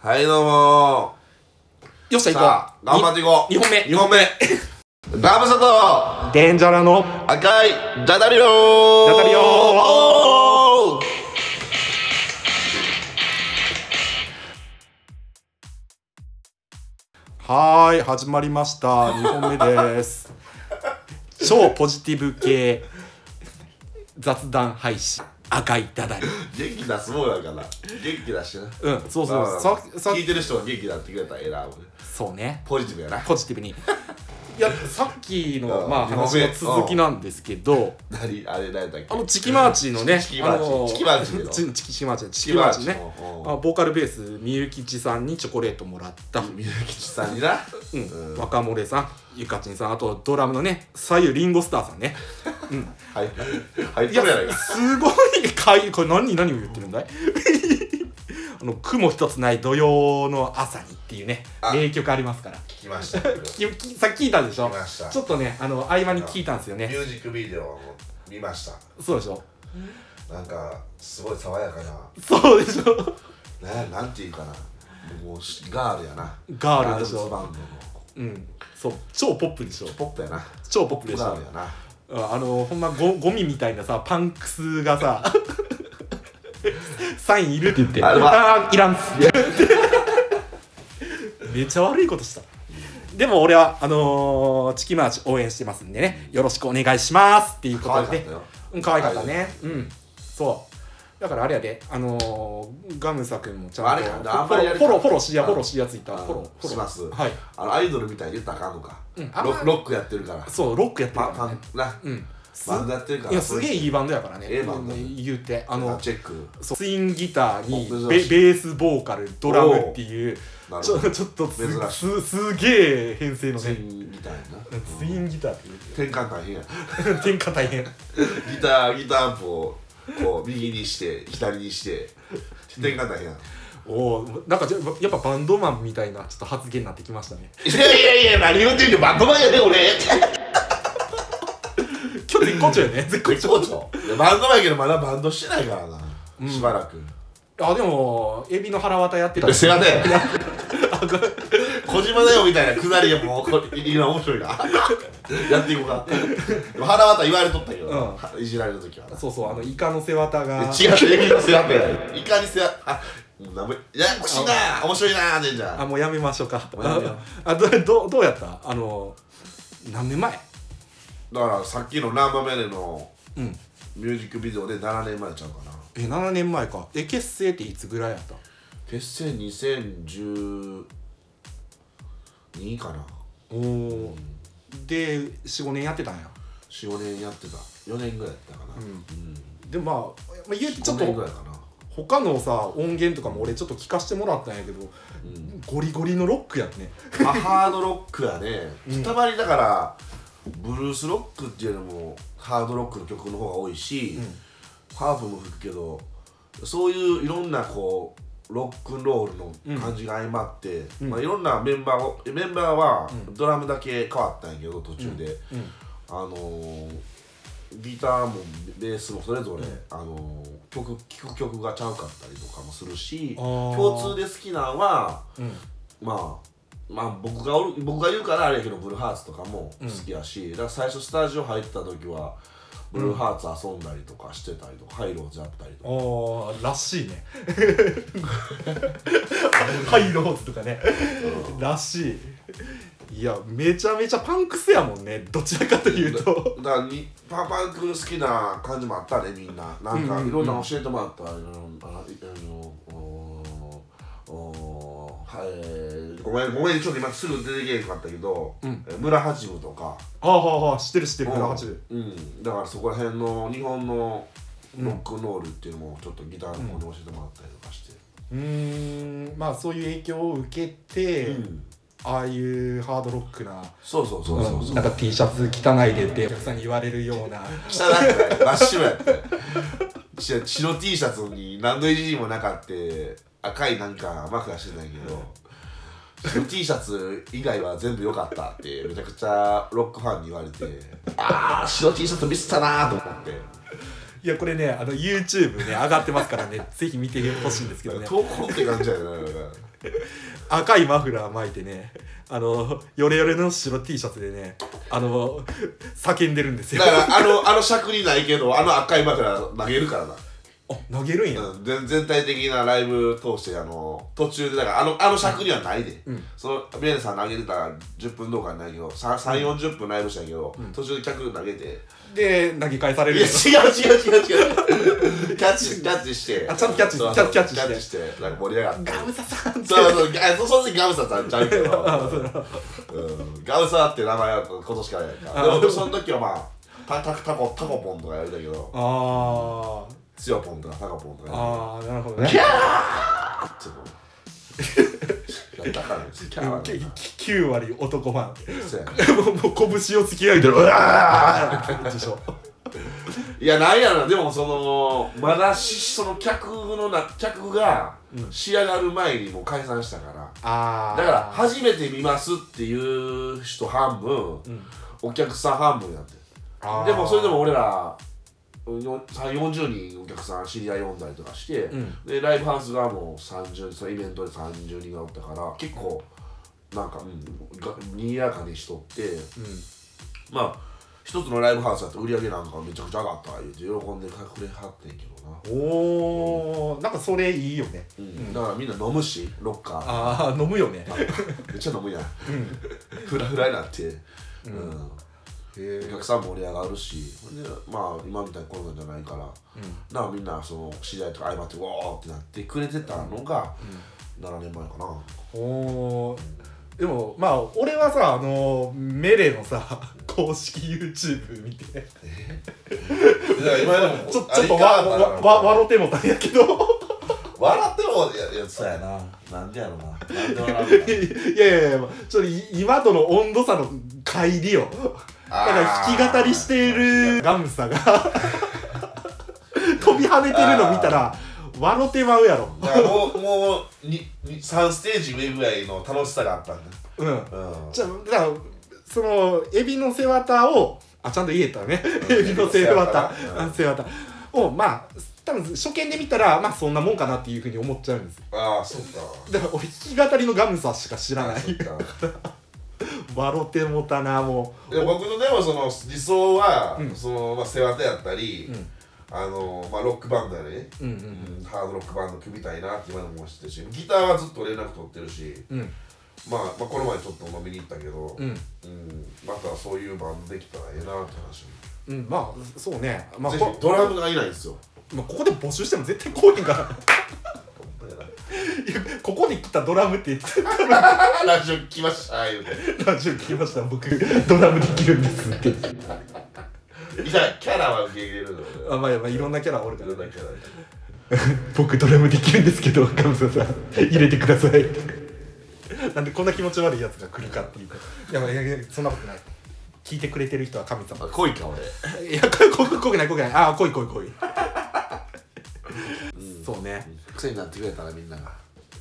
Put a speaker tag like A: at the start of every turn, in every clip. A: はいどうも
B: よっしゃ
A: ー
B: 行こ
A: さあ頑張っていこう
B: に二本目
A: 2本目ラブサト
B: うデンジャラの
A: 赤いダダリオー
B: ダダリオー
A: おー
B: はーい始まりました2本目です 超ポジティブ系雑談配信赤いダダリ
A: 元気出そうやから元気出してな
B: うんそうそう
A: まあ
B: ささ
A: 聞いてる人が元気になってくれたらええな
B: そうね
A: ポジティブやな
B: ポジティブにいやさっきの、
A: うん
B: まあ、
A: 二本
B: 話
A: 目
B: の続きなんですけど
A: 何あれ何だっけ
B: あのチキマーチのね
A: チキチキマーチ
B: あの
A: チキマーチでの
B: チチキマーチチキマーチね
A: チキマーチうん
B: あボーカルベースみゆきちさんにチョコレートもらった
A: みゆきちさんにな
B: うん、若漏れさん、ゆかちんさん、あとドラムのね、左右リンゴスターさんね。
A: はい入っ
B: い
A: て
B: や
A: るやない、か
B: すごい会、これ何、何を言ってるんだい あの、雲一つない土曜の朝にっていうね
A: あ、
B: 名曲ありますから。
A: 聞きましたけどミ
B: ききさっき聞いたでしょ
A: 聞きました
B: ちょっとね、あの、合間に聞いたんですよね。
A: ュージックビデオも見ました
B: そうでしょ
A: なんかすごい爽やかな
B: そうでしょ
A: ねなんていうかなもうしガールやな
B: ガールでしょ
A: ガズバンドの
B: うん。そう、超ポップでしょ
A: ポップやな
B: 超ポップでし
A: ガー
B: ょ
A: ルやな
B: ああのほんまゴゴミみたいなさパンクスがさ サインいるって言って
A: あう
B: あーいらんっすめっちゃ悪いことしたでも俺はあのーチキマーチ応援してますんでねよろしくお願いしますっていうことでねうん可愛かったねうんそうだからあれやであのーガムサ君もちゃん
A: あれ
B: と
A: か
B: フ
A: なあんまりやりたく
B: ォローフォローフォローしや
A: あ
B: フォローしやついた
A: あ
B: フォローフォロー
A: します
B: はい
A: あのアイドルみたいに言ったらあかんのか
B: う
A: ロ
B: んあんま
A: ロックやってるから
B: そうロックやってる
A: パ
B: か
A: ンパ
B: らね
A: ンな
B: うん
A: バンドやってるから
B: いやすげえいいバンドやからね
A: ええバンド
B: 言うてあ
A: あの
B: の
A: チェック
B: そうツインギターに
A: お
B: ベ
A: 珍しい
B: ベースボーカルドラムっていう
A: おう
B: ちょ
A: なるほど
B: ちょっとす
A: 珍しい
B: すすげえ編成の
A: 全
B: ね
A: 員みたいな
B: ツインギターっていう
A: 転換大変や
B: 天下大変
A: ギターギターアンプをこう右にして左にして転換大変や
B: おおなんかじゃやっぱバンドマンみたいなちょっと発言になってきましたね
A: いやいやいや何言ってんのバンドマンやで 俺
B: 今日絶好調 やね絶好調
A: いやバンドマンやけどまだバンドしてないからな、しばらく
B: あでもエビの腹渡やってた
A: すいません小島だよみたいなくだりがもうこれ今面 白いなやっていこうかでも腹渡言われとったけどな、いじられる時はな
B: そうそうあのイカの背わたが
A: 違うエビの世話っていかに世話あもう名前ややこしいな面白いなでんじゃ
B: あ
A: ん
B: もうやめましょうか
A: もうやめよう
B: あどどうどうやったあの何年前
A: だからさっきの「ランマメレ」の
B: うん
A: ミュージックビデオで7年前ちゃうかな
B: え7年前かえ結成っていつぐらいやった
A: 結成2012かな
B: おお、で45年やってたんや
A: 45年やってた4年ぐらいやったかな、うん
B: でまあ、まあ、言うてちょ
A: 5
B: っ
A: 年ぐら
B: と
A: いかな
B: 他のさ音源とかも俺ちょっと聞かしてもらったんやけど、ゴリゴリのロックやね
A: まあ、ハードロックやねひたまにだからブルースロックっていうよりもハードロックの曲の方が多いし、ハープも吹くけどそういういろんなこうロックンロールの感じが相まって、まあ、いろんなメンバーをメンバーはドラムだけ変わったんやけど途中で、あのーギターもベースもそれぞれ、あのー曲聴く曲がちゃうかったりとかもするし
B: あー
A: 共通で好きなんは
B: うん
A: まあまあ僕がおる僕が言うからあれやけどブルーハーツとかも好きやし、だから最初スタジオ入った時はブルーハーツ遊んだりとかしてたりとか、ハイローズやったりとか
B: ああらしいね ハイローズとかねらしいいやめちゃめちゃパンクスやもんねどちらかというと
A: だからにパンパンク好きな感じもあったねみんななんかいろんな教えてもらった、あのあのあのおーおーはいえーごめんごめんちょっと今すぐ出てけへんかったけど、え村八部とか
B: ああ はあはあ知ってる知ってる村八部
A: うん、だからそこら辺の日本のロックンロールっていうのもちょっとギターの方に教えてもらったりとかして、
B: うーんまあそういう影響を受けて、
A: うん
B: ああいうハードロックな
A: そうそうそうそうそう
B: なんか T シャツ汚いでってお客さんに言われるような
A: 汚くない真っ白やってし白 T シャツに何のいじりもなかって赤いなんかマフラーしてないけど白 T シャツ以外は全部良かったってめちゃくちゃロックファンに言われてああ白 T シャツ見せたなーと思って。
B: いやこれね あの YouTube ね上がってますからねぜひ見てほしいんですけどね
A: 投稿って感じやな、ね、
B: 赤いマフラー巻いてねあのヨレヨレの白 T シャツでねあの叫んでるんですよ
A: だからあのあの尺にないけどあの赤い枕投げるからな
B: あ投げるんや、
A: うん全全体的なライブ通してあの途中でだからあのあの尺にはないで、
B: うん
A: その宮根さん投げてた10分動画にないけど3 4 0分ライブしたけど、途中で客投げて、
B: で投げ返され
A: い
B: るん
A: や
B: や
A: 違う違う違う違うキャッチキャッチして
B: あちゃんとキャッチ
A: そう
B: ちゃんとキャッチ
A: キ
B: して
A: ャッチしてなんか盛り上がって
B: ガムサさんって
A: そうそう、あそその時ガムサさんちゃうけど、
B: あそうな
A: うん、ガムサって名前は今年からやか
B: あ
A: ら、でもその時はまあ、タタタコタコポンとかやるんだけど、
B: あー
A: つよポンとかタコポンとかや
B: あーなるほどね
A: るちょっとやったからです、キャラ
B: きき9割男ファン
A: そうやね
B: もうもう拳を突き上げてるうわーって自称
A: いや、なんやろな、でもその、まだしその客のな客が仕上がる前にもう解散したから。
B: あ
A: だから初めて見ますっていう人半分、お客さん半分やって
B: あー
A: でもそれでも俺ら340人お客さん知り合い呼んだりとかして、
B: ん
A: でライブハウスがもう30そのイベントで30人がおったから結構なんか、うん、がにぎやかにしとって、まあ一つのライブハウスだって売り上げなんかめちゃくちゃ上がった言うて喜んでくれはってんけどな、
B: おーなんかそれいいよね
A: うん、だからみんな飲むしロッカー
B: ああ飲むよね
A: めっちゃ飲むやん、フラフラになって、うんお客さんも盛り上がるしほんでまあ今みたいにコロナじゃないから、なあみんなその知り合いとか相まってうわーってなってくれてたのが、7年前かな
B: おーでもまあ俺はさあのメレのさ 公式 YouTube 見てち
A: 今で
B: ょちょっとわわわ笑ってもたんやけど
A: 笑ってもいやいやそうやななんでやろななんで笑うの
B: いやいやいやちょっとい今との温度差の乖離よだから弾き語りしているガムサが 飛び跳ねてるの見たら笑ってまうやろ
A: だからもうもうにに3ステージ上ぐらいの楽しさがあったんだ、
B: うん
A: うん、
B: じゃあだからそのエビの背わたをあちゃんと言えたねエビの背わた
A: 背わた
B: あ背わたをまあ多分初見で見たらまあそんなもんかなっていうふうに思っちゃうんです
A: ああそっ か
B: だから俺弾き語りのガムサしか知らな
A: あ
B: い
A: そっか
B: 笑ってもたなも
A: で僕のでもその理想は、そのまあ世話手やったり、あのまあロックバンドやね、
B: ううん
A: うんハードロックバンド組みたいなって今でも思ってるしギターはずっと連絡取ってるし、
B: うんうん
A: まあ、まあこの前ちょっと飲みに行ったけど、
B: うん
A: うんまたそういうバンドできたらええなって話、
B: うん、まあそうね、まあ、
A: ぜ
B: こ
A: ひドラムがいないんですよ
B: まあここで募集しても絶対こうへんからいやここに来たドラムって言って
A: あ ラジオ来ました言うて
B: ラジオ聞きました僕ドラムできるんですって
A: いやキャラは受け入れるのね
B: あまあまあいろんなキャラおるか
A: い
B: ら
A: ろ
B: ね
A: んなキャラ
B: 僕ドラムできるんですけど神田さん入れてくださいなんでこんな気持ち悪いやつが来るかっていういやいやいやそんなことない聞いてくれてる人は神様
A: あ濃いか俺
B: いやここここくないこくないああ来い来い来いそうね
A: 癖になってくれたらみんなが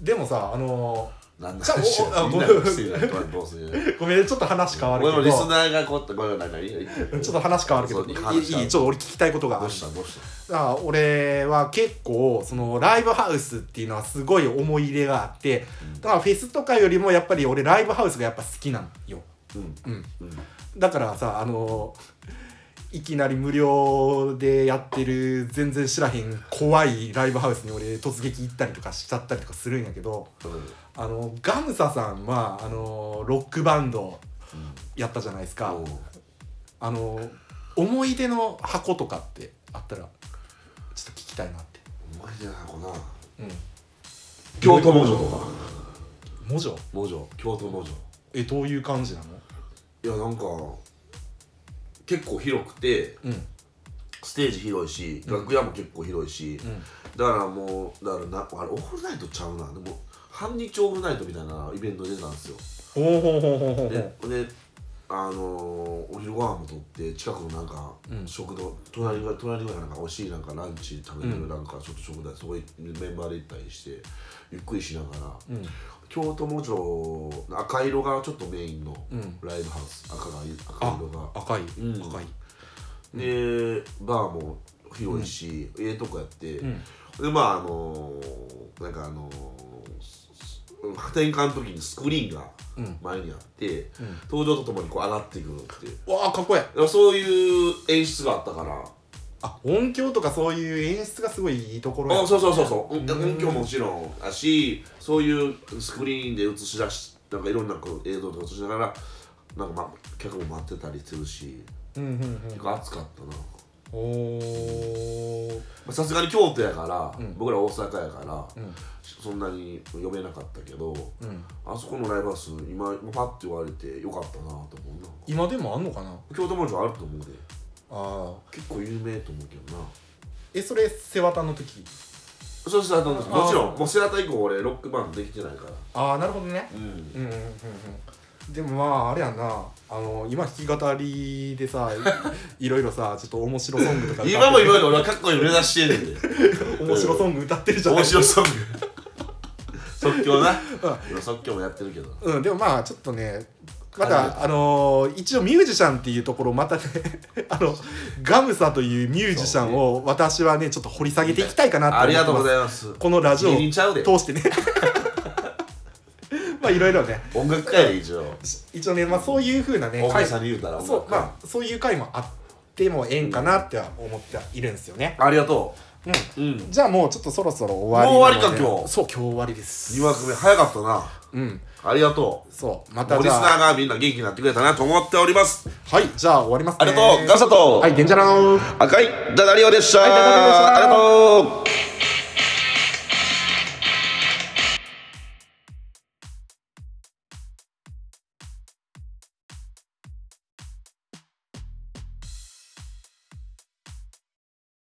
B: でもさあの
A: なんだ
B: じゃあ
A: 話
B: おあ
A: をみんなが癖にな ったらどうする
B: ーごめんちょっと話変わる
A: 俺も
B: け
A: リス
B: ど
A: ナーがこうってごめんなんかいいよいいよ
B: ちょっと話変わるけど
A: そう
B: いい
A: 話変わる
B: いいちょっと俺聞きたいことがあ
A: ど
B: る
A: うしたどうした
B: だから俺は結構そのライブハウスっていうのはすごい思い入れがあってだからフェスとかよりもやっぱり俺ライブハウスがやっぱ好きなんよ
A: うん
B: うん
A: うん
B: だからさあのいきなり無料でやってる全然知らへん怖いライブハウスに俺突撃行ったりとかしちゃったりとかするんやけどあのガムサさんはあのロックバンドやったじゃないですか
A: うん
B: あの思い出の箱とかってあったらちょっと聞きたいなって。
A: お前じゃなこな
B: うん
A: 京都文書とか
B: 文字
A: 文書京都文書
B: えどういう感じなの
A: いやなんか結構広くて
B: うん
A: ステージ広いし楽屋も結構広いし、だからもうだからなあれオールナイトちゃうなでも半日オールナイトみたいなイベント出たんですよ
B: ほうほうほうほうほう
A: でであのーお昼ご飯も取って近くのなんか食堂、隣ぐらい隣ぐらいなんか美味しいなんかランチ食べてるなんかちょっと食堂そこにメンバーで行ったりしてゆっくりしながら、京都文書の赤色がちょっとメインの
B: ん
A: ライブハウス、赤が赤
B: あ
A: 色が
B: 赤い、
A: うん
B: 赤い
A: でバーも広いし、ええとこやって、
B: ん
A: でまああのーなんかあのー転換の時にスクリーンが
B: うん
A: 前にあって、登場とともにこう上がっていくのっていう
B: わあかっこいい
A: だからそういう演出があったから
B: あ音響とかそういう演出がすごいいいところや
A: あそうそうそうそう音
B: うん
A: 音響ももちろんだしそういうスクリーンで映し出しなんかいろんなこう映像とか映しながらなんか、ま、客も待ってたりするし
B: うんうん
A: 結構熱かったな
B: うんおー
A: まあさすがに京都やから、
B: うん
A: 僕ら大阪やから、
B: うん
A: そんなに呼べなかったけど
B: うん
A: あそこのライブハウス今今パッて言われてよかったなと思うな
B: 今でもあんのかな
A: 京都文書あると思うで
B: ああ
A: 結構有名と思うけどな
B: えそれ瀬渡の時
A: そうそうあと
B: あ
A: もちろんもうセラタ以降俺ロックバンドできてないから
B: ああなるほどね
A: うん
B: うんうんうんうんでもまああれやんなあの今弾き語りでさい ろいろさちょっと面白ソングとか歌って
A: 今も今まで俺はかっこいい目指してるん で
B: 面白ソング歌ってるじゃない
A: 面白ソン グ即興な今即興もやってるけど
B: うん、でもまあちょっとねま
A: ありが
B: たあのー一応ミュージシャンっていうところをまたね あのガムサというミュージシャンを私はねちょっと掘り下げていきたいかなと思
A: ありがとうご
B: い
A: ざいます
B: このラジオ
A: 芸人ちゃうで
B: 通してね まあいろいろね
A: 音楽界で一応
B: 一応ね、まあ、そういうふうなね
A: 大
B: 回
A: げさに言うたら
B: そう
A: 音楽界
B: まあそういう回もあってもええんかなっては思ってはいるんですよね、
A: ありがと
B: うん、
A: ううん
B: じゃあもうちょっとそろそろ終わりなので
A: もう終わりか今日
B: そう今日終わりです
A: 2枠目早かったな
B: うん
A: ありがとう
B: そうま
A: も
B: た
A: うリ
B: じ
A: スナ
B: ゃあ
A: ーがみんな元気になってくれたなと思っております
B: はいじゃあ終わりますね
A: ありがとうガサと
B: はいデンジャラの
A: 赤いダダリオでした
B: はいダダリオでした
A: ありがと